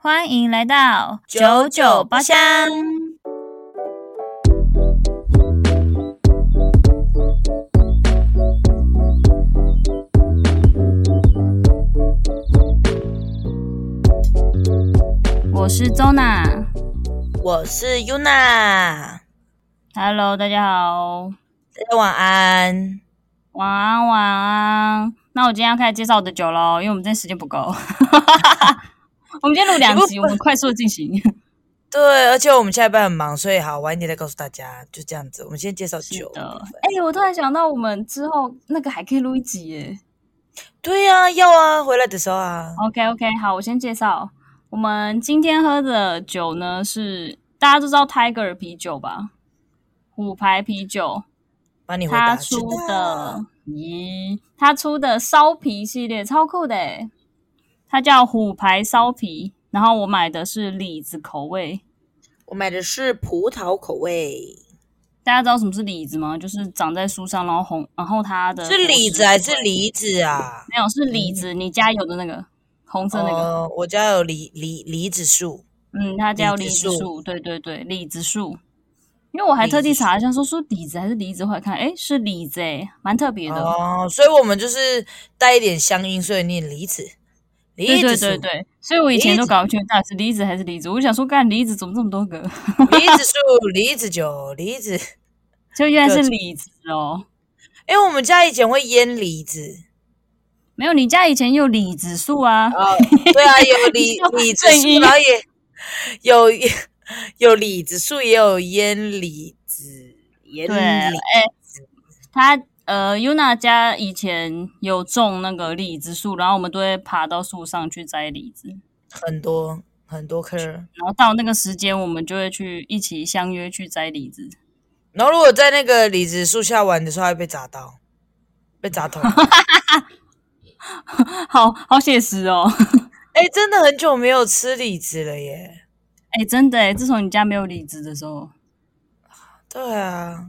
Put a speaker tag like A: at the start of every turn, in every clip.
A: 欢迎来到
B: 九九包厢。
A: 我是周娜
B: 我是 Yuna，
A: ，Hello，大家好，
B: 大家晚安。
A: 晚安晚安。那我今天要开始介绍我的酒喽，因为我们今天时间不够。 我们今天录两集，我们快速地进行。
B: 对，而且我们下一班很忙，所以好晚一点再告诉大家，就这样子。我们先介绍
A: 是
B: 酒
A: 的，哎、我突然想到，我们之后那个还可以录一集耶。
B: 对呀、啊，要啊，回来的时候啊。
A: OK OK，好，我先介绍，我们今天喝的酒呢是大家都知道 Tiger 啤酒吧，虎牌啤酒，
B: 帮你回
A: 他
B: 答。
A: 出
B: 知道
A: 的，咦，他出的烧皮系列超酷的耶，它叫虎牌烧皮，然后我买的是李子口味。
B: 我买的是葡萄口味，
A: 大家知道什么是李子吗？就是长在树上，然后红，然后它的
B: 是李子
A: 果实
B: 还是梨子啊？
A: 没有，是李子，你家有的那个红色那个，
B: 哦，我家有梨梨梨子树，
A: 嗯，它叫
B: 李
A: 李
B: 子
A: 子
B: 树
A: 树，对对对，李子树。因为我还特地查一下，说说李子还是梨子，后来看，哎，是李子，哎，蛮特别的。
B: 哦，所以我们就是带一点乡音，所以念梨子，
A: 对
B: 梨
A: 对
B: 子
A: 对
B: 树，
A: 对，所以我以前
B: 梨
A: 都
B: 子
A: 搞不清楚到底是梨子还是梨子，我就想说，干梨子怎么这么多个？
B: 梨子树， 梨子酒，梨子。
A: 就原来
B: 各
A: 是
B: 种
A: 李子哦。
B: 哎、我们家以前会腌梨子，
A: 没有，你家以前有李子树啊？
B: 哦，对啊，有 李
A: 要
B: 李子
A: 正
B: 树，
A: 音
B: 然后也有有李子树，也有腌梨子，腌
A: 对，哎、
B: 梨。
A: 他呃，Yuna 家以前有种那个李子树，然后我们都会爬到树上去摘李子，
B: 很多很多颗。
A: 然后到那个时间，我们就会去一起相约去摘李子。
B: 然后如果在那个李子树下玩的时候，还被砸到，被 砸头。
A: 好好写实哦！
B: 哎、真的很久没有吃李子了耶。
A: 哎、真的哎，自从你家没有李子的时候。
B: 对啊，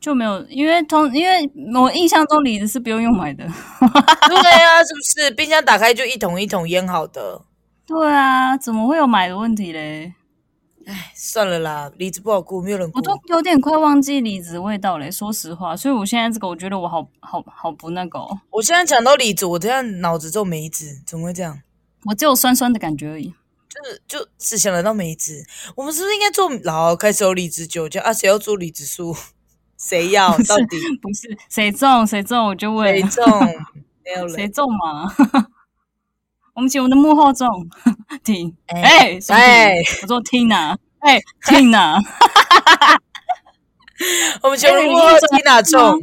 A: 就没有，因为通，因为我印象中李子是不用用买的。
B: 对啊，是不是？冰箱打开就一桶一桶腌好的。
A: 对啊，怎么会有买的问题嘞？
B: 哎，算了啦，李子不好顾，没有人顾
A: 我。都有点快忘记李子味道嘞，说实话，所以我现在这个我觉得我好好好不那个、哦，
B: 我现在讲到李子，我这样脑子就梅子，怎么会这样？
A: 我只有酸酸的感觉而已。
B: 就是就只想得到梅子。我们是不是应该做？然后开始有李子酒这样啊？谁要做李子树？谁要？到底
A: 不是谁中谁中，我就问
B: 谁种？没有
A: 谁
B: 人。
A: 中嘛？ 我们请我们的幕 后中听，
B: 哎
A: 哎、说不定
B: 哎
A: 我说听 呐，哎听呐，
B: 我们全部
A: 哎你是
B: 听哪种？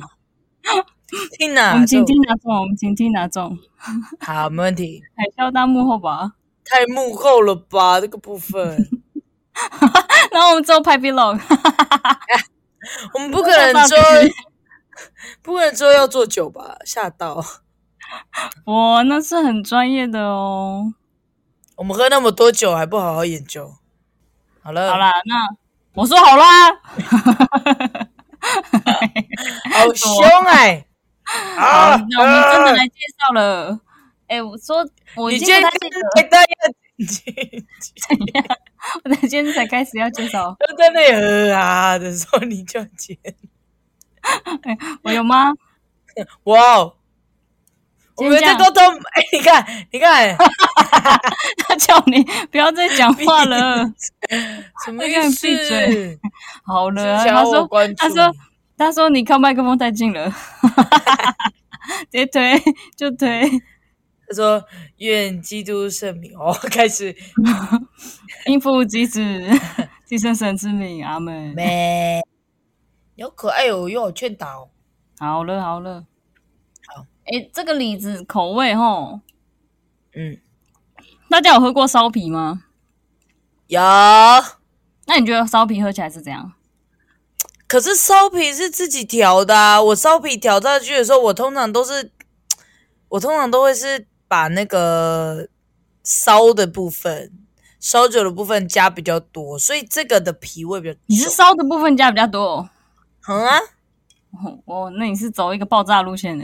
B: 听
A: 我
B: 哪
A: 们请
B: 种？
A: 听哪中，我们请听哪中，
B: 好，没问题。
A: 海啸当幕后吧。
B: 太幕后了吧？这个部分，
A: 然后我们之后拍 vlog，
B: 我们不可能说，不可能说要做酒吧？吓到！
A: 哇，那是很专业的哦。
B: 我们喝那么多酒，还不好好研究？好了，
A: 好，啦，那我说好啦，
B: 好凶哎！
A: 好
B: 啊，
A: 那我们真的来介绍了。哎、我说我已
B: 你今
A: 经不
B: 天
A: 太
B: 跟
A: 记得
B: 谁大家？
A: 我在今天才开始要介绍，
B: 就在那里喝啊的时候，你就接
A: 我有吗？
B: 哇哦！我
A: 先
B: 们
A: 这
B: 在
A: 样
B: 偷偷哎，你看，你看，
A: 他叫你不要再讲话 了。
B: 什 么
A: 那
B: 意
A: 个人
B: 思？
A: 闭嘴
B: 是
A: 好了，
B: 想
A: 他
B: 要我
A: 说
B: 关注
A: 他
B: 你？
A: 说他说你靠麦克风太近了， 直接推就推，
B: 他说愿基督圣名哦，开始
A: 应付即止，提升神之名，阿门。
B: 没，你好可爱哦，又好劝导哦。
A: 好了好了，
B: 好，
A: 哎、这个李子口味吼，
B: 嗯，
A: 大家有喝过烧皮吗？
B: 有。
A: 那你觉得烧皮喝起来是怎样？
B: 可是烧皮是自己调的啊，我烧皮调下去的时候，我通常都是，我通常都会是把那个烧的部分、烧酒的部分加比较多，所以这个的皮味比较重。
A: 你是烧的部分加比较多、哦，
B: 嗯啊？
A: 哦，那你是走一个爆炸路线呢、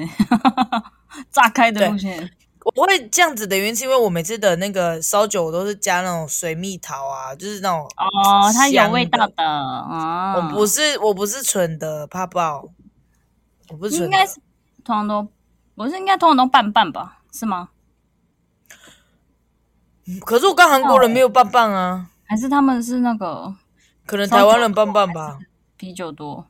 A: 炸开的路线。
B: 我会这样子的原因是因为我每次的那个烧酒，我都是加那种水蜜桃啊，就是那种
A: 哦，它有
B: 香
A: 味
B: 的
A: 道的啊。
B: 我不是我不是蠢的，怕爆，我不是
A: 应
B: 蠢
A: 该
B: 的。
A: 是通常都不是，应该通常都拌拌吧？是吗？
B: 可是我看韩国人没
A: 哦
B: 有棒棒啊，
A: 还是他们是那个
B: 可能台湾人棒棒吧。
A: 啤酒多？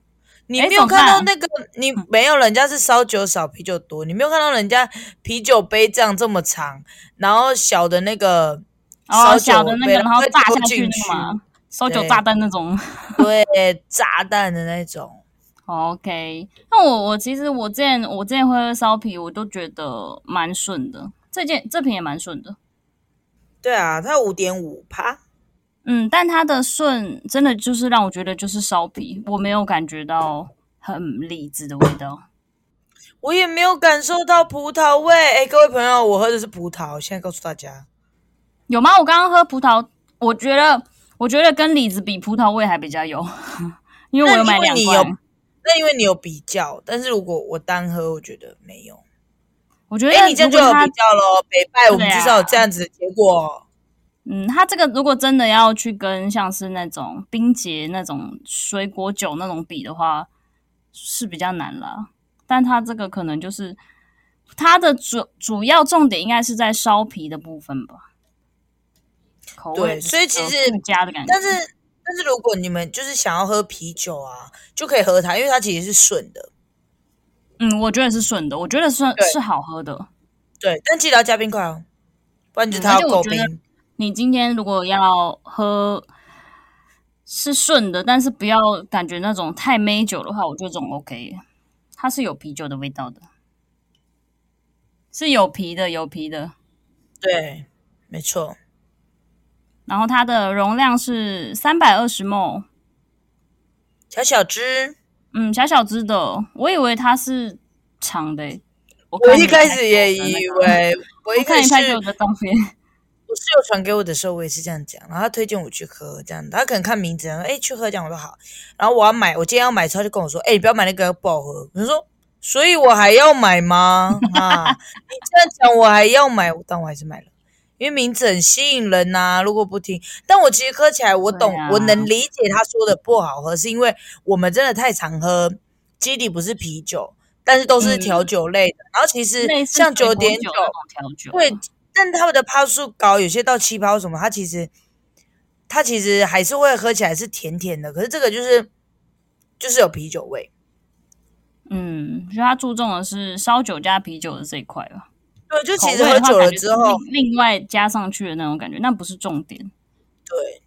B: 你
A: 哎
B: 没有看到
A: 怎么办嗯
B: 那个，你没有人家是烧酒少，啤酒多。你没有看到人家啤酒杯这样这么长，然后小的那个
A: 哦，
B: 烧
A: 小
B: 酒
A: 的那
B: 杯
A: 个，然后
B: 会
A: 炸
B: 丢
A: 下去
B: 进
A: 那个嘛，烧酒
B: 对
A: 炸弹那种。
B: 对，炸弹的那种。
A: 哦 OK，那我我其实我之前我之前会喝烧啤，我都觉得蛮顺的，这件这瓶也蛮顺的。
B: 对啊，它五点五趴，
A: 嗯，但它的顺真的就是让我觉得就是烧啤，我没有感觉到很李子的味道。
B: 我也没有感受到葡萄味。哎，各位朋友，我喝的是葡萄，现在告诉大家，
A: 有吗？我刚刚喝葡萄，我觉得我觉得跟李子比，葡萄味还比较有， 因为我有买
B: 那因
A: 两
B: 为你
A: 罐
B: 有。那因为你有比较，但是如果我单喝，我觉得没有。
A: 我觉得
B: 哎，你这样就
A: 啊如
B: 有
A: 果它
B: 比较喽，北拜我
A: 对
B: 们
A: 啊
B: 至少有这样子的结果哦。
A: 嗯，它这个如果真的要去跟像是那种冰结那种水果酒那种比的话，是比较难啦。但它这个可能就是它的主主要重点应该是在烧皮的部分吧，口味
B: 对所以
A: 比较
B: 其实
A: 附加的感觉，
B: 但是但是如果你们就是想要喝啤酒啊，就可以喝它，因为它其实是顺的。
A: 嗯，我觉得是顺的，我觉得是
B: 对
A: 是好喝的。
B: 对，但记得要加冰块哦，不然就
A: 嗯
B: 它
A: 而且
B: 要
A: 我
B: 够
A: 觉
B: 冰。
A: 得你今天如果要喝是顺的，但是不要感觉那种太美酒的话，我觉得这种 OK，它是有啤酒的味道的，是有啤的，有啤的。
B: 对，没错。
A: 然后它的容量是三百二十 ml，
B: 小小只，
A: 嗯，小小只的，我以为它是长的欸、我
B: 我
A: 看
B: 一
A: 你
B: 开
A: 拍
B: 始也
A: 给我的那
B: 以
A: 个，
B: 为，我一
A: 我看
B: 开
A: 你
B: 始
A: 拍给我的照 片，
B: 我室友传给我的时候，我也是这样讲，然后他推荐我去喝这样，他可能看名字，然后哎去喝这样，我说好，然后我要买，我今天要买的时候，他就跟我说，哎你不要买那个不好喝，我就说，所以我还要买吗？啊，你这样讲我还要买，但我还是买了，因为名字很吸引人呐、如果不听，但我其实喝起来我懂，
A: 对啊
B: 我能理解他说的不好喝，是因为我们真的太常喝，基底不是啤酒，但是都是
A: 嗯
B: 调酒类的，然后其实
A: 类似
B: 像
A: 水
B: 九
A: 果
B: 点
A: 酒
B: 九。
A: 那种调酒，
B: 对，但他们的趴数高，有些到七趴或什么，它其实它其实还是会喝起来是甜甜的，可是这个就是就是有啤酒味。
A: 嗯，所以它注重的是烧酒加啤酒的这一块吧。
B: 对，就
A: 口
B: 其
A: 味
B: 实
A: 的
B: 喝
A: 话
B: 酒
A: 感
B: 了
A: 觉
B: 之
A: 是
B: 后，
A: 另另外加上去的那种感觉，那不是重点。
B: 对，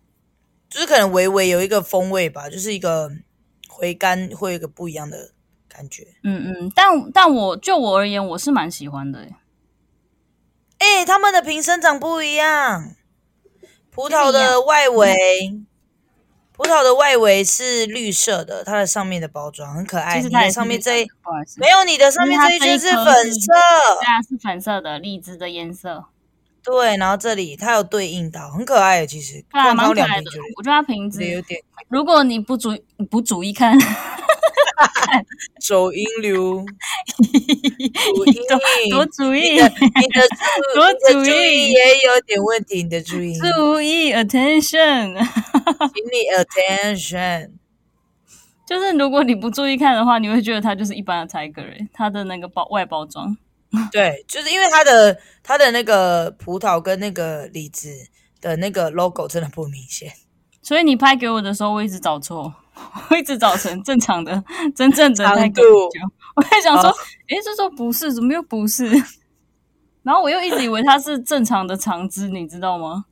B: 就是可能微微有一个风味吧，就是一个回甘会有一个不一样的感觉。
A: 嗯嗯，但但我就我而言，我是蛮喜欢的欸。
B: 哎、他们的瓶身长不一样，葡萄
A: 不一
B: 的嗯
A: 样
B: 外围。葡萄的外围是绿色的，它的上面的包装很可
A: 其
B: 爱。
A: 实
B: 哎你
A: 它也
B: 的
A: 是
B: 上
A: 绿
B: 面这一
A: 色的不好意思，
B: 没有你的上面
A: 它
B: 这一
A: 这一
B: 圈是
A: 颗
B: 粉
A: 是
B: 色，
A: 对啊，是粉色的荔枝的颜色，
B: 对，然后这里它有对应到，很可爱耶，其实。
A: 对啊，
B: 看
A: 蛮
B: 到
A: 可
B: 两
A: 爱
B: 瓶
A: 的嗯
B: 就。
A: 我觉得它瓶
B: 觉
A: 子
B: 得，有点
A: 如果你不注不注意看，
B: 走音 流，主音，
A: 多注
B: 你
A: 意
B: 的你的注
A: 多
B: 你的
A: 注
B: 注
A: 意
B: 意也有点问题，你的注意，请
A: 注意 attention，
B: 你 attention。
A: 就是如果你不注意看的话，你会觉得它就是一般的 Tiger，欸它的那个包外包装。
B: 对，就是因为它的它的那个葡萄跟那个李子的那个 logo 真的不明显。
A: 所以你拍给我的时候，我一直找错， 我一直找成正常的、 真正的
B: 长
A: 泰国
B: 度
A: 啤酒。 我在想说
B: 哦，
A: 诶，这时候不是，怎么又不是？ 然后我又一直以为它是正常的长枝，你知道吗？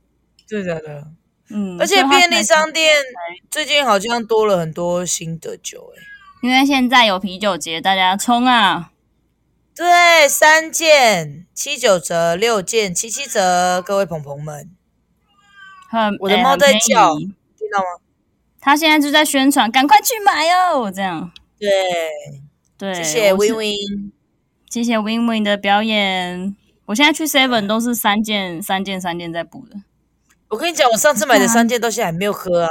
B: 对的，对的。
A: 嗯，
B: 而且
A: 所以它
B: 便利
A: 才
B: 商店最近好像多了很多新的酒、欸，
A: 因为现在有啤酒节，大家冲啊！
B: 对，三件七九折，六件七七折，各位朋朋们
A: 很
B: 我的
A: 诶
B: 猫
A: 很
B: 在
A: 便
B: 叫
A: 宜
B: 听到吗？
A: 它现在就在宣传，赶快去买哦！这样，
B: 对，
A: 对，
B: 谢谢
A: 我是
B: Win Win。
A: 谢谢 Win Win 的表演。我现在去 Seven 都是三件、三件、三件在补的。
B: 我跟你讲，我上次买的三件到现在还没有喝啊，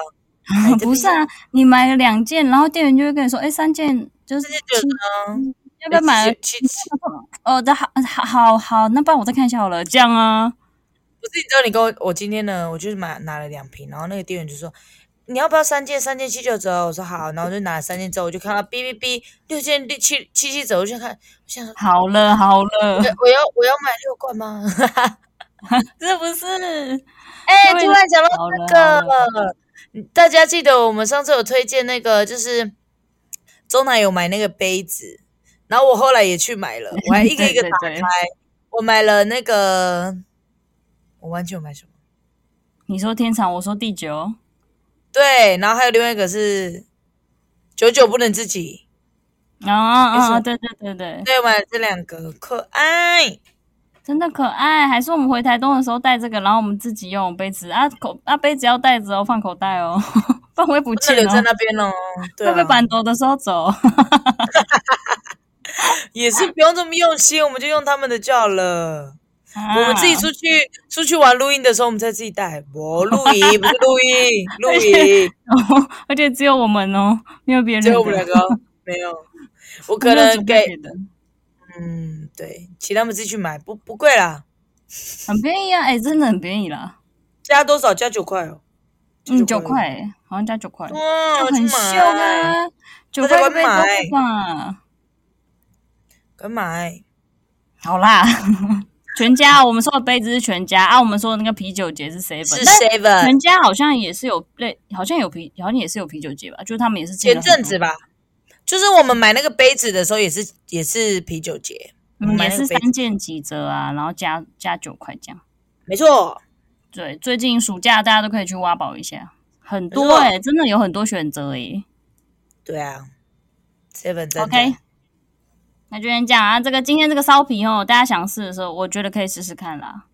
A: 啊不是啊，你买了两件，然后店员就会跟你说：“哎，三件就是
B: 这就觉得呢，
A: 要不要买了？
B: 其实
A: 哦，那好，好，好，好，那不然我再看一下好了，这样啊。
B: 不是，你知道你跟我，我今天呢，我就是买拿了两瓶，然后那个店员就说你要不要三件，三件七九折，哦我说好，然后我就拿了三件之后，我就看到哔哔哔六件六七七七折，我就 看，我想说
A: 好了，好了
B: 我，我要我要买六罐 吗？
A: 是不 是？
B: 哎、
A: 因为
B: 突然想到
A: 好了，
B: 这个，哦大家记得我们上次有推荐那个，就是周奶有买那个杯子，然后我后来也去买 了，我还一个一个
A: 对
B: 打
A: 对对
B: 开，我买了那个，我忘记我买什么。
A: 你说天长，我说地久，
B: 对，然后还有另外一个是久久不能自己，
A: 啊啊
B: 没
A: 啊！
B: 错
A: 对对对对，
B: 对，我买了这两个可爱，
A: 真的可爱。还是我们回台东的时候带这个，然后我们自己用杯子啊口啊杯子要带着哦，放口袋哦，不然会不
B: 不能
A: 见
B: 留在
A: 哦，
B: 那边哦。对、
A: 会被
B: 啊，
A: 板头的时候走。
B: 也是不用这么用心，我们就用他们的就好了。我
A: 我
B: 们自己出去出去玩录音的时候，我们再自己 带。我录音不是录音，录音
A: 啊而且只有我们哦，没有别人
B: 只
A: 的。
B: 有我们两个哦，没有。我
A: 没有
B: 可能
A: 准备
B: 给
A: 别的，
B: 嗯，对，请他们自己去买，不不贵啦，
A: 很便宜啊！哎、真的很便宜啦，
B: 加多少？加九块哦，
A: 嗯，九，块、好像加九块，
B: 哇，
A: 就很
B: 去
A: 秀
B: 买，
A: 啊！九块一杯多
B: 大家快买
A: 吧？
B: 快买。
A: 好啦， 全家，我们说的杯子是全家啊，我们说的那个啤酒节是 seven，
B: 是
A: 但
B: seven，
A: 全家好像也是有类，好像有啤，好像也是有啤酒节吧？就是他们也是
B: 前阵子
A: 吧，
B: 吧，就是我们买那个杯子的时候，也是也是啤酒节，
A: 嗯
B: 我们买
A: 也
B: 那
A: 是
B: 个杯子，
A: 三件几折啊，然后加加九块这样。
B: 没错，
A: 对，最近暑假大家都可以去挖宝一下，很
B: 没
A: 多
B: 错
A: 哎、真的有很多选择哎、
B: 对啊，seven 真的
A: OK，那就先这样啊。这个今天这个烧皮哦，大家想试的时候，我觉得可以试试看啦。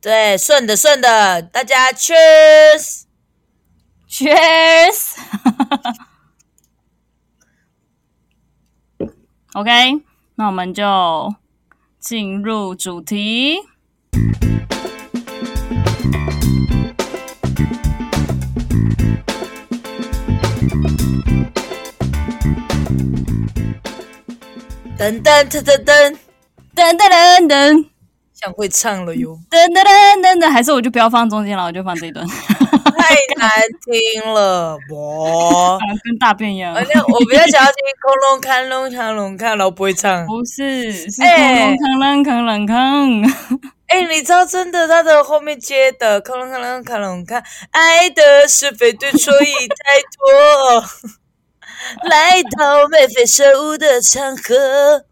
B: 对，顺的顺的，大家 cheers。
A: Cheers 。OK，那我们就进入主题。
B: 噔噔噔噔噔，
A: 噔噔噔噔
B: 想会唱了哟，
A: 噔噔噔噔噔，还是我就不要放中间了，我就放这一段，
B: 太难听了，我。
A: 跟大便一样。
B: 而且我比较想要听《空龙看龙看龙看》，然后不会唱。
A: 不是，是
B: 哎
A: 空空吭啷吭啷吭。
B: 哎、你知道真的，他的后面接的“空隆空隆空隆看”，爱的是非对错已太多， 来到眉飞色舞的场合，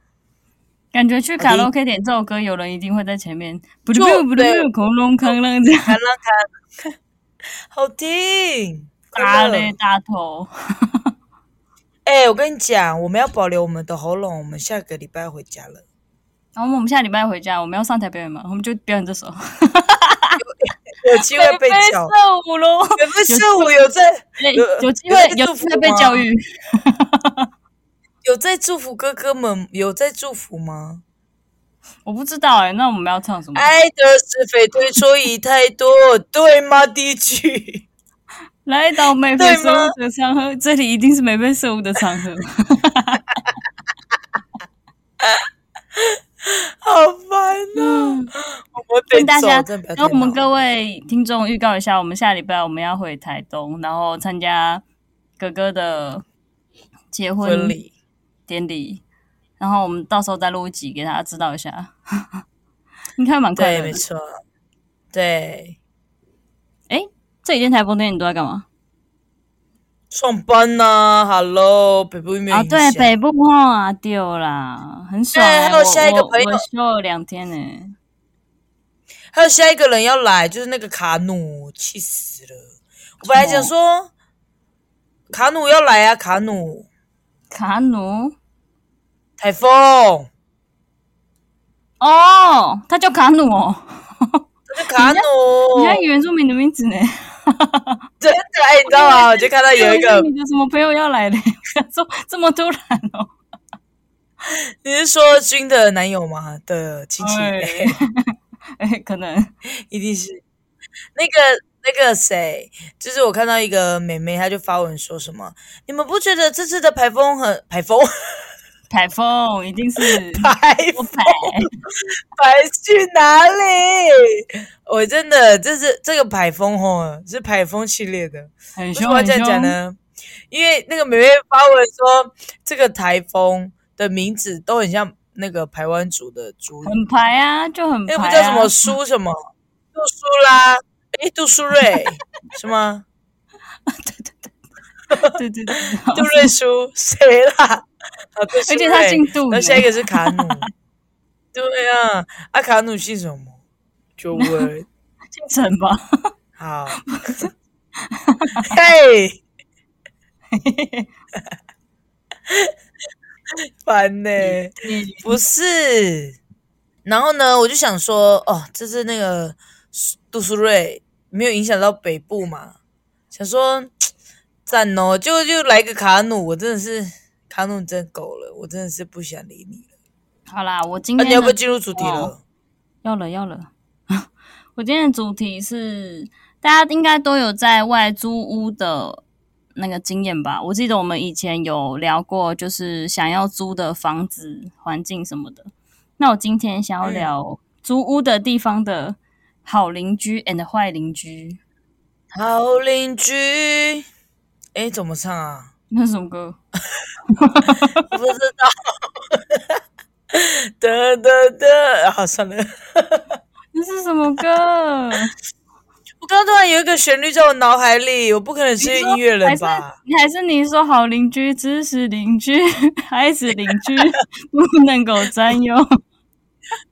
A: 感觉去卡拉 OK 点这首歌，有人一定会在前面，不就不就空啷吭啷这样
B: 看了看，好听。
A: 打
B: 快乐
A: 嘞大头。
B: 哎、我跟你讲，我们要保留我们的喉咙，我们下个礼拜要回家了。
A: 然后我们下礼拜回家，我们要上台表演吗？我们就表演这首。
B: 有机会被
A: 受
B: 教，
A: 辱喽！
B: 有被射舞，有在
A: 哎
B: 有
A: 有机
B: 有
A: 会
B: 在
A: 有
B: 祝
A: 机
B: 福
A: 会被
B: 吗
A: 教育。
B: 有在祝福哥哥们，有在祝福吗？
A: 我不知道哎，那我们要唱什么？
B: 爱的是非对错已太多，对吗？第一句。
A: 来到美被
B: 对
A: 射
B: 吗
A: 舞的场合，这里一定是美被射舞的场 合。
B: 好烦哦！我们得
A: 跟大家
B: 走真的不
A: 跟
B: 要，
A: 我们
B: 太忙
A: 各位听众预告一下，我们下礼拜我们要回台东，然后参加哥哥的结
B: 婚
A: 婚
B: 礼，
A: 典礼，然后我们到时候再录一集给大家知道一下。 应该蛮快
B: 对，
A: 乐
B: 没
A: 的。
B: 错，对，
A: 这几天台风天你都在干嘛？
B: 上班呐、哈 h e l l o 北部没有
A: 啊，
B: 影
A: 对，
B: 响
A: 北部话丢啦，很爽、欸。
B: 对还有下一个
A: 我我
B: 朋友
A: 我休了两天呢、
B: 还有下一个人要来，就是那个卡努，气死了！我本来想说卡努要来啊，卡努
A: 卡努
B: 台风，他
A: 哦，他叫卡努哦，
B: 是卡努，
A: 你还原住民的名字呢？
B: 真的哎，你知道吗？我就看到有一
A: 我以
B: 个
A: 为，是你的什 么朋友要来嘞？我想说这么突然哦，
B: 你是说君的男友吗？的亲戚，
A: 哎哎、 可能
B: 一定是那个那个谁，就是我看到 一个妹妹，她就发文说什么，你们不觉得这次的台风很台风
A: 台风一定是
B: 白
A: 我台
B: 白去哪里？我真的，这是这个排风哦，是排风系列的。
A: 很
B: 为什
A: 凶
B: 么要
A: 很
B: 这样讲
A: 凶。
B: 呢？因为那个美美发文说，这个台风的名字都很像那个台湾族的族语，
A: 很排啊，就很排、
B: 那
A: 啊。
B: 哎个不叫什么 苏什么杜苏啦，诶，杜苏芮是吗？
A: 对 对对，
B: 杜瑞苏谁啦？啊，杜苏
A: 而且他
B: 芮
A: 姓杜
B: 然后
A: 耶，
B: 下一个是卡努，对啊，啊卡努姓什么？就问。
A: 姓陈吧？
B: 好，嘿，烦呢、不是。然后呢，我就想说，哦，这是那个杜苏芮没有影响到北部嘛？想说赞哦，就就来个卡努，我真的是卡努真的够了，我真的是不想理你了。
A: 好啦，我今
B: 那、
A: 天
B: 你要不要
A: 的
B: 进入主题了
A: 哦？要了要了。 我今天的主题是，大家应该都有在外租屋的那个经验吧？我记得我们以前有聊过，就是想要租的房子、环境什么的。那我今天想要聊租屋的地方的好邻居 and 坏邻居。
B: 好邻居，哎，怎么唱啊？
A: 那是什么歌？
B: 不知道。 得得得，好算了。
A: 那是什么歌？
B: 我刚刚突然有一个旋律在我脑海里，我不可能是音乐人吧？
A: 你 还是你说好邻居只是邻居， 还是邻居 不能够占有？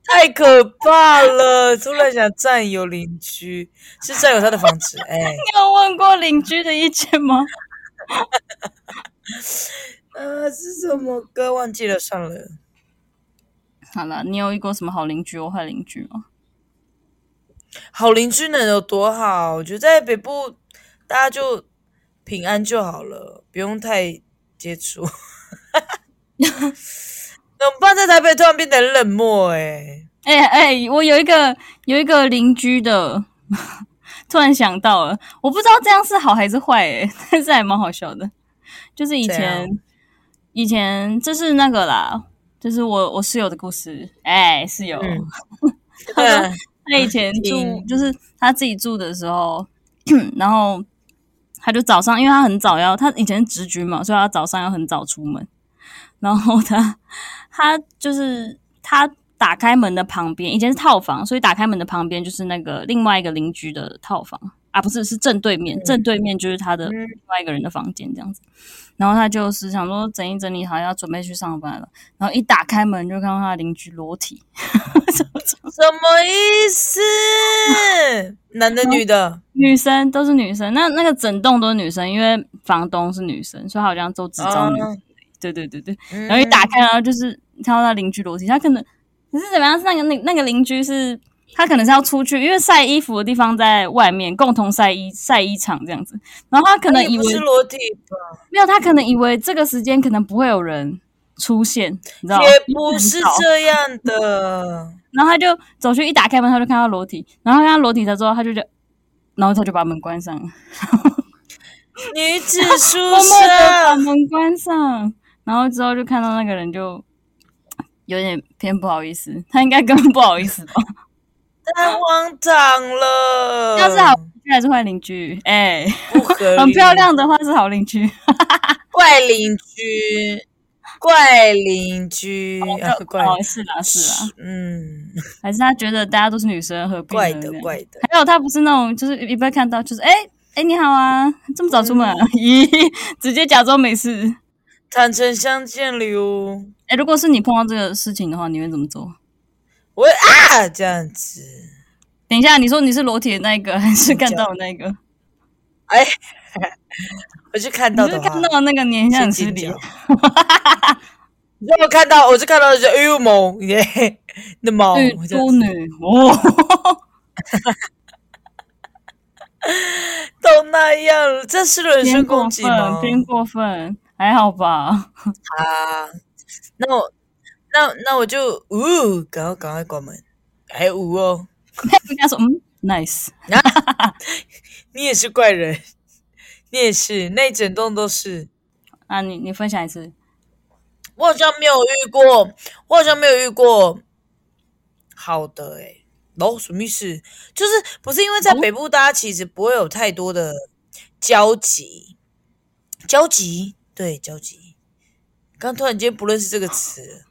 B: 太可怕了！突然想占有邻居，是占有他的房 子。哎，
A: 你有问过邻居的意见吗？
B: 呃，是什么歌？忘记了，算了。
A: 好了，你有遇过什么好邻居或坏邻居吗？
B: 好邻居能有多好？我觉得在北部，大家就平安就好了，不用太接 触。怎么办？在台北突然变得很冷漠、哎。
A: 哎、哎、我有一个有一个邻居的， 突然想到了，我不知道这样是好还是坏、 哎，但是还蛮好笑的。就是以
B: 怎样
A: 前以前这是那个啦，就是我我室友的故事，哎、室友。
B: 嗯
A: 嗯
B: 对，
A: 他以前住
B: 听
A: 就是他自己住的时候， 然后他就早上，因为他很早要，他以前是直军嘛，所以他早上要很早出门。然后他他就是他打开门的旁边，以前是套房，所以打开门的旁边就是那个另外一个邻居的套房啊，不是是正对面，正对面就是他的
B: 嗯
A: 另外一个人的房间这样子。然后他就是想说整一整理好，要准备去上班了。然后一打开门就看到他的邻居裸体，
B: 什么意 思？男的女的？
A: 女生都是女生，那那个整栋都是女生，因为房东是女生，所以好像都只
B: 哦
A: 招女生。对对对对，
B: 嗯
A: 然后一打开，然后就是看到他邻居裸体，他可能你是怎么样？是那个那那个邻居是他可能是要出去，因为晒衣服的地方在外面，共同晒衣晒衣场这样子。然后他可能
B: 哦也
A: 以
B: 不
A: 为
B: 是裸体吧，
A: 没有，他可能以为这个时间可能不会有人出现，你知道吗？
B: 也不是
A: 很早
B: 这样的。
A: 然后他就走去一打开门，他就看到裸体，然后看到裸体的之后，他就觉得，然后他就把门关上了。
B: 女子书
A: 默默的把
B: 生，
A: 门关上，然后之后就看到那个人就有点偏不好意思，他应该更不好意 思吧？
B: 太荒唐了。
A: 要是好邻居还是坏邻居？哎、
B: 不合理
A: 很漂，亮的话是好邻居，
B: 怪邻居，嗯怪邻居，啊怪
A: 哦，是啦是啦，
B: 嗯，
A: 还是他觉得大家都是女生，何必呢
B: 怪
A: 这样
B: 的怪的。
A: 还有他不是那种，就是一被看到就是哎哎、你好啊，这么早出门、啊，
B: 嗯
A: 咦、直接假装没事。
B: 坦诚相见流，
A: 哎、如果是你碰到这个事情的话，你会怎么做？
B: 我会啊这样子。
A: 等一下，你说你是裸体的那一个，还是看到的那一个？
B: 我去看
A: 你
B: 到
A: 是
B: 的话，
A: 看到那个年下很吃
B: 金
A: 力
B: 角， 你让我看到，我就看到就哎呦萌耶， 那萌，
A: 对，
B: 我就
A: 猪女哦，
B: 都那样了，这是人
A: 偏
B: 身
A: 过
B: 攻击
A: 分
B: 吗，？
A: 偏过分，还好吧？
B: 啊，那我那那我就呜，赶快赶快关门，哎呜哦，
A: 人家说嗯，nice，
B: 你也是怪人， 你也是，那一整栋都是。
A: 啊，你你分享一次，
B: 我好像没有遇过，我好像没有遇过好的哎、欸。然、后什么意思？就是不是因为在
A: 哦
B: 北部，大家其实不会有太多的交集，交集对交集。刚突然间不认识这个词，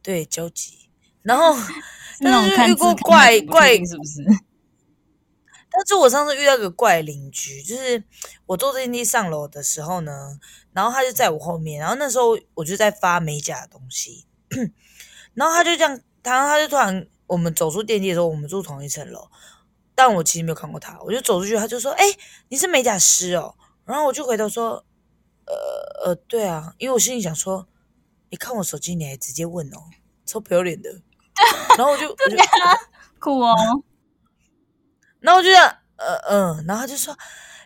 B: 对交集。然后，
A: 那
B: 但
A: 种
B: 是就
A: 看
B: 遇
A: 字看
B: 过
A: 得
B: 怪
A: 懂的
B: 怪
A: 事情是不是？
B: 但是我上次遇到一个怪邻居，就是我坐电梯上楼的时候呢，然后他就在我后面，然后那时候我就在发美甲的东西， 然后他就这样，他他就突然我们走出电梯的时候，我们住同一层楼，但我其实没有看过他，我就走出去，他就说：“哎、你是美甲师哦。”然后我就回头说：“呃呃，对啊，因为我心里想说，你看我手机，你还直接问哦，超不要脸的。”然后我就我就
A: 酷 哦，
B: 然后我就这样，呃嗯，然后他就说，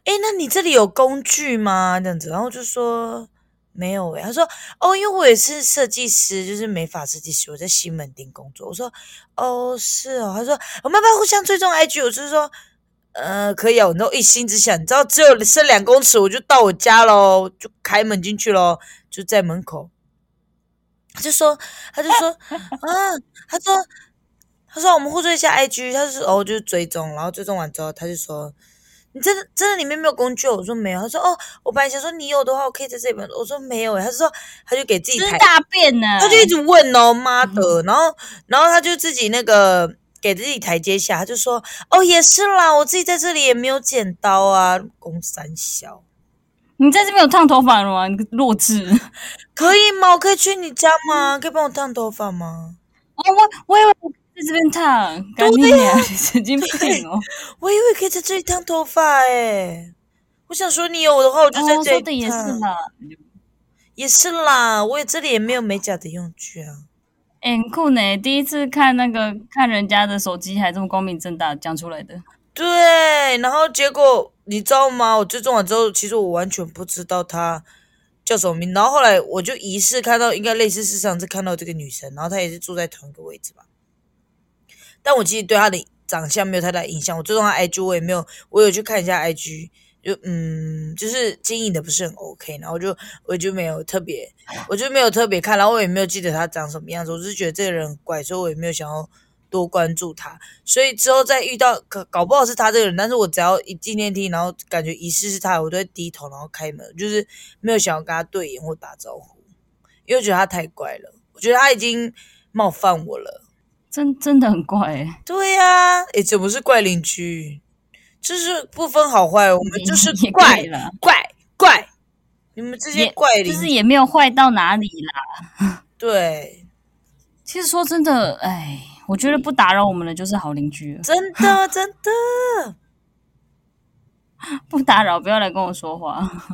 B: 诶，那你这里有工具吗？这样子，然后我就说没有诶、他说，哦，因为我也是设计师，就是美发设计师，我在西门町工作。我说，哦，是哦。他说，我们要不要互相追踪 IG？我就是说，呃，可以啊。我那时候一心只想，你知道，只有剩两公尺，我就到我家喽，就开门进去喽，就在门口。他就说，他就说，啊，他说，他说我们互追一下 IG，他就说哦，就是追踪，然后追踪完之后，他就说你真的真的里面没有工具哦？我说没有，他说哦，我本来想说你有的话，我可以在这里面，我说没有耶，他就说他就给自己
A: 这是
B: 抬，
A: 大便呢、
B: 他就一直问哦，妈
A: 嗯
B: 的，然后然后他就自己那个给自己台阶下，他就说哦也是啦，我自己在这里也没有剪刀啊，公三小。
A: 你在这边有烫头发了吗？你个弱智！ 哦
B: 可以吗？我可以去你家吗？可以帮我烫头发吗？
A: 哦，我我以为我在这边烫，干你娘！ 你神经病哦！
B: 我以为可以在这里烫头发哎、我想说你有我的话，我就在
A: 哦，
B: 这
A: 说
B: 里烫。
A: 的也是啦。
B: 也是啦，我也这里也没有美甲的用具啊。
A: 欸很酷呢！第一次看那个看人家的手机，还这么光明正大地讲出来的，
B: 对，然后结果你知道吗？我追踪完之后，其实我完全不知道她叫什么名。然后后来我就疑似看到，应该类似是上次看到这个女生，然后她也是住在同一个位置吧。但我其实对她的长相没有太大印象。我追踪她 IG，我也没有，我有去看一下 IG，就嗯，就是经营的不是很 OK。然后就我就没有特别，我就没有特别看，然后我也没有记得她长什么样子。我只是觉得这个人很怪，所以我也没有想要多关注她。所以之后再遇到搞搞不好是他这个人，但是我只要一进电梯，然后感觉疑似是他，我都会低头然后开门，就是没有想要跟他对眼或打招呼，因为我觉得他太怪了，我觉得他已经冒犯我了。
A: 真真的很怪、欸。
B: 对呀、诶，怎么是怪邻居？就是不分好坏，我们呃就是
A: 也
B: 怪
A: 也可以啦
B: 怪怪，你们这些
A: 也
B: 怪
A: 就
B: 邻
A: 是
B: 居，
A: 也没有坏到哪里啦。
B: 对，
A: 其实说真的，哎，我觉得不打扰我们的就是好邻居了，
B: 真的真的，
A: 不打扰不要来跟我说话，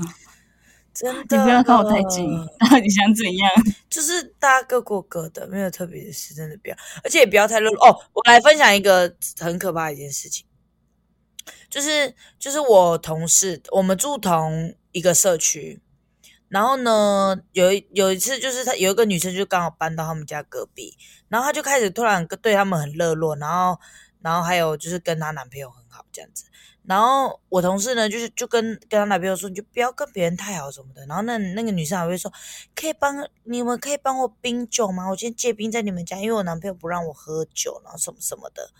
B: 真
A: 你
B: 的，
A: 不要靠我太近，到底想怎样？
B: 就是大家各过各的，没有特别的事，真的不要，而且也不要太热络哦。我来分享一个很可怕的一件事情，就是就是我同事，我们住同一个社区，然后呢，有一有一次就是她有一个女生就刚好搬到他们家隔壁，然后她就开始突然跟对他们很热络，然后然后还有就是跟她男朋友很好这样子。然后我同事呢，就是就跟跟她男朋友说，你就不要跟别人太好什么的。然后那那个女生还会说，可以帮你们可以帮我冰酒吗？我今天借冰在你们家，因为我男朋友不让我喝酒，然后什么什么的，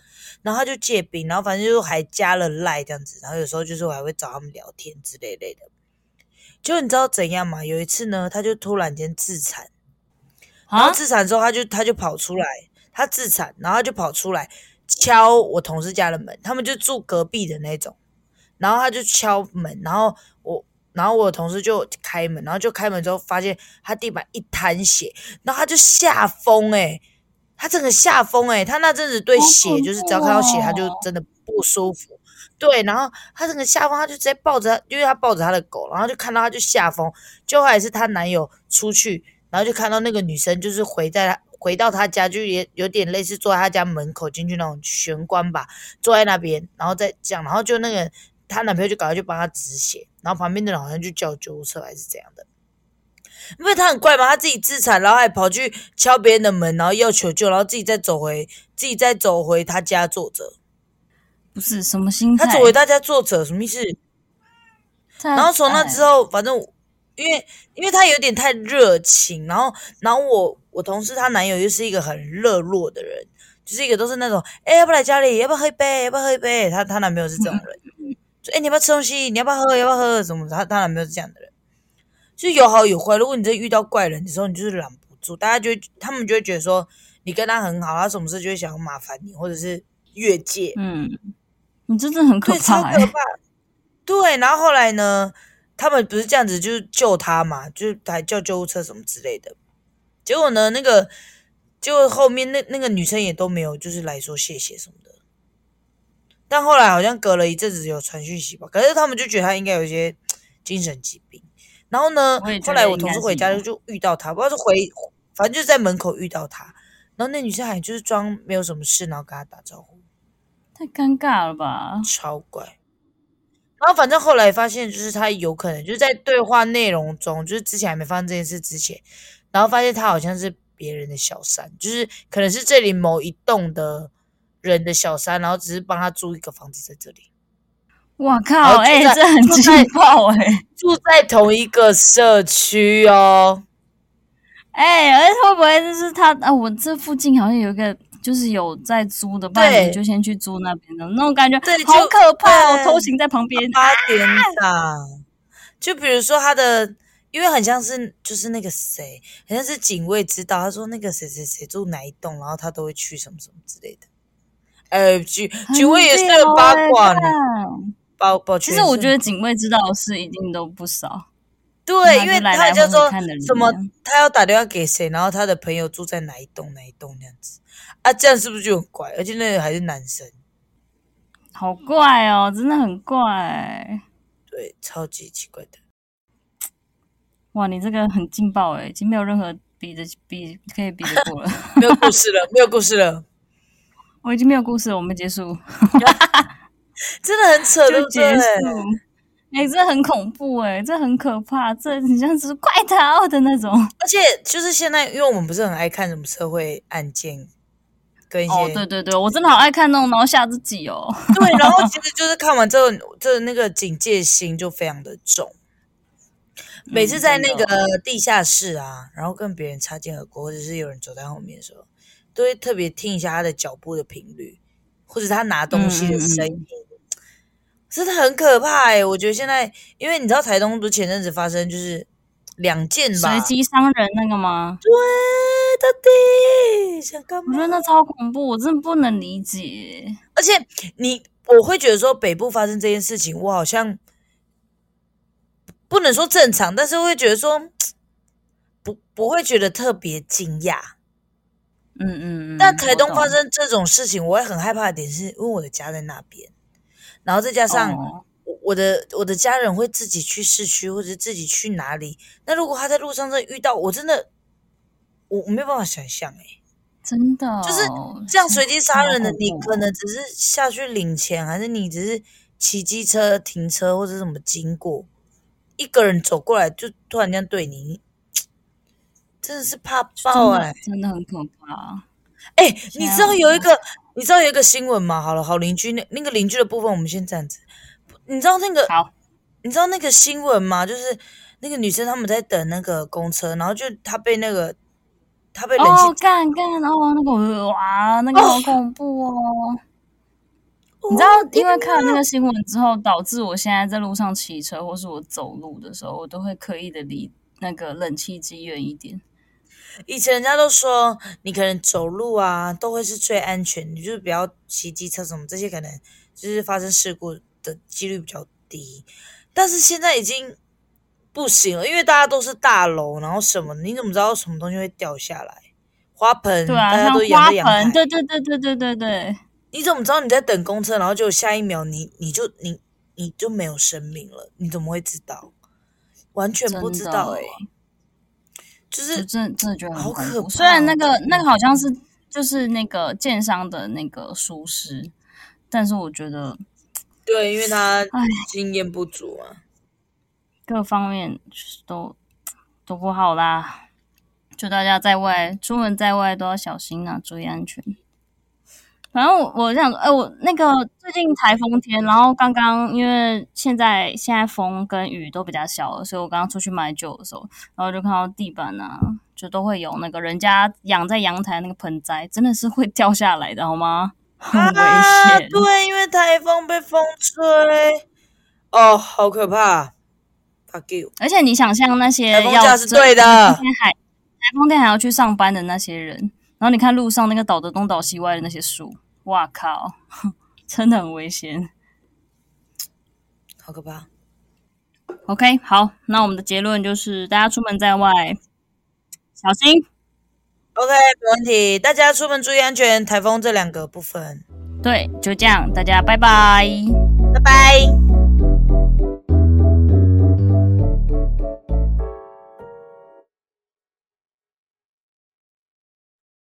B: 然后他就借冰，然后反正就还加了赖这样子，然后有时候就是我还会找他们聊天之类类的。就你知道怎样吗？有一次呢，他就突然间自残，然
A: 啊
B: 后，自残之后，他就他就跑出来，他自残，然后他就跑出来敲我同事家的门，他们就住隔壁的那种，然后他就敲门，然后我。然后我同事就开门，然后就开门之后发现他地板一滩血，然后他就吓疯哎、他整个吓疯哎、他那阵子对
A: 好
B: 血
A: 恐
B: 就是
A: 怖
B: 只要看到血他就
A: 哦
B: 真的不舒服，对，然后他整个吓疯，他就直接抱着他，因为他抱着他的狗，然后就看到他就吓疯，就后来是她男友出去，然后就看到那个女生就是回在她回到她家，就也有点类似坐在她家门口进去那种玄关吧，坐在那边，然后再这样，然后就那个她男朋友就赶快去帮她止血，然后旁边的人好像就叫救护车还是怎样的。因为他很怪嘛，他自己自残，然后还跑去敲别人的门，然后要求救，然后自己再走回自己再走回他家坐着。
A: 不是什么心态？哎
B: 他走回他家坐着什么意思？然后从那之
A: 后，
B: 后，反正因为因为她有点太热情，然后然后我我同事她男友又是一个很热络的人，就是一个都是那种哎、要不要来家里，要不要喝一杯，要不要喝一杯，她她男朋友是这种人，就哎、你要不要吃东西，你要不要喝，要不要喝什么，她她男朋友是这样的人，就是有好有坏。如果你真遇到怪人的时候，你就是拦不住，大家就会他们就会觉得说你跟他很好，他什么事就会想要麻烦你，或者是越界，
A: 嗯，你真的很可
B: 对，超
A: 怕、
B: 可
A: 欸。
B: 怕。对，然后后来呢，他们不是这样子，就是救他嘛，就是还叫救护车什么之类的。结果呢，那个结果后面那那个女生也都没有，就是来说谢谢什么的。但后来好像隔了一阵子有传讯息吧，可是他们就觉得他应该有一些精神疾病。然后呢
A: 我也，觉
B: 后来
A: 得
B: 我
A: 应
B: 同
A: 该
B: 事
A: 是
B: 回家
A: 有
B: 就就遇到他，不知道是回，反正就是在门口遇到他。然后那女生还就是装没有什么事，然后跟他打招呼。
A: 太尴尬了吧？
B: 超怪。然后反正后来发现，就是他有可能就是在对话内容中，就是之前还没发生这件事之前，然后发现他好像是别人的小三，就是可能是这里某一栋的人的小三，然后只是帮他租一个房子在这里，
A: 哇
B: 后
A: 靠！
B: 就
A: 哎、
B: 在
A: 这很
B: 就在
A: 劲爆哎、
B: 住在同一个社区哦。
A: 哎、而且会不会就是他啊？我这附近好像有一个，就是有在租的，不然
B: 对
A: 你就先去租那边的那种感觉，
B: 对就
A: 好可怕哦！
B: 对
A: 偷情在旁边，
B: 八点档，就比如说他的，因为很像是就是那个谁，很像是警卫知道，他说那个谁谁谁住哪一栋，然后他都会去什么什么之类的。呃，警
A: 很
B: 警卫也是
A: 屌
B: 有八
A: 欸
B: 卦呢，
A: 干
B: 抱抱
A: 其
B: 歉。
A: 实我觉
B: 得
A: 得警卫知道的事一定都不少，
B: 对，因
A: 就
B: 为
A: 来
B: 他
A: 来
B: 叫
A: 回
B: 做
A: 回看的人啊
B: 什么
A: 这样，
B: 他要打电话给谁，然后他的朋友住在哪一栋哪一栋那样子啊，这样是不是就很怪？而且那个还是男生，
A: 好怪欸哦，真的很怪。
B: 对，超级奇怪的。
A: 哇，你这个很劲爆哎，已经没有任何比的比可以比得过了。
B: 没有故事了，没有故事了，
A: 我已经没有故事了，我们结束
B: 真的很扯，对
A: 就
B: 不对？
A: 结束。哎、这很恐怖哎、这很可怕，这很像是快逃的那种。
B: 而且就是现在，因为我们不是很爱看什么社会案件跟一些、
A: 哦，对对对，我真的好爱看那种然后吓自己哦。
B: 对然后其实就是看完之后，这那个警戒心就非常的重。每次在那
A: 嗯真的
B: 个地下室啊，然后跟别人擦肩而过，或者是有人走在后面的时候，都会特别听一下他的脚步的频率，或者他拿东西
A: 嗯
B: 的声音，真的很可怕哎、我觉得现在，因为你知道台东不是前阵子发生就是两件
A: 随
B: 吧，
A: 机伤人那个吗？
B: 对，啊到底想干
A: 我
B: 嘛
A: 觉？得那超恐怖，我真的不能理解。
B: 而且你，我会觉得说北部发生这件事情，我好像不能说正常，但是会觉得说不不会觉得特别惊讶。
A: 嗯嗯嗯。
B: 但台东
A: 我懂
B: 发生这种事情，我会很害怕的点是，因为我的家在那边，然后再加上
A: 哦
B: 我我的我的家人会自己去市区或者自己去哪里，那如果他在路上再遇到，我真的我我没有办法想象哎、
A: 真的哦、
B: 就是这样随机杀人的，
A: 好恐
B: 你
A: 怖哦
B: 可能只是下去领钱，还是你只是骑机车停车或者什么经过，一个人走过来就突然这样对你，你真的是怕爆哎、
A: 真的啊真的很可怕。
B: 哎、
A: 现
B: 你
A: 在
B: 知道
A: 我
B: 有一个，你知道有一个新闻吗？好了，好邻居那那个邻居的部分，我们先这样子。你知道那个
A: 好，
B: 你知道那个新闻吗？就是那个女生他们在等那个公车，然后就她被那个她被冷气
A: 哦，干干哦，那个哇，那个好恐怖哦。你知道，
B: 哦
A: 因为看了那个新闻之后，导致我现在在路上骑车或是我走路的时候，我都会刻意的离那个冷气机远一点。
B: 以前人家都说，你可能走路啊都会是最安全，你就是不要骑机车什么这些，可能就是发生事故的几率比较低。但是现在已经不行了，因为大家都是大楼，然后什么，你怎么知道什么东西会掉下来？花盆，
A: 对啊，
B: 嗯大家
A: 像
B: 都养
A: 花
B: 在阳
A: 盆，
B: 台，
A: 对对对对对对对，
B: 你怎么知道你在等公车，然后就下一秒你你就你你就没有生命了？你怎么会知道？完全不知
A: 真的
B: 道哎、就是
A: 就真的真的觉得很
B: 好
A: 恐
B: 可
A: 怖。虽然那
B: 怕哦
A: 个
B: 真的
A: 那个好像是就是那个建商的那个疏失，但是我觉得
B: 对，因为他
A: 唉
B: 经验不足啊嘛。
A: 各方面都都不好啦。就大家在外出门在外都要小心啊，注意安全。反正我我这样，哎、我那个最近台风天，然后刚刚因为现在现在风跟雨都比较小了，所以我刚刚出去买酒的时候，然后就看到地板啊，就都会有那个人家养在阳台那个盆栽，真的是会掉下来的，好吗？ 很危
B: 啊，
A: 险，
B: 对，因为台风被风吹，哦，好可怕！Fuck you！
A: 而且你想象那些
B: 台风
A: 呃要
B: 假是
A: 这
B: 对的
A: 台风天还台风天还要去上班的那些人，然后你看路上那个倒的东倒西歪的那些树，哇靠， 真的很危险。
B: 好可怕。
A: OK，好，那我们的结论就是，大家出门在外小心。
B: OK，没问题。大家出门注意安全。台风这两个部分，
A: 对，就这样，大家拜拜。
B: 拜拜。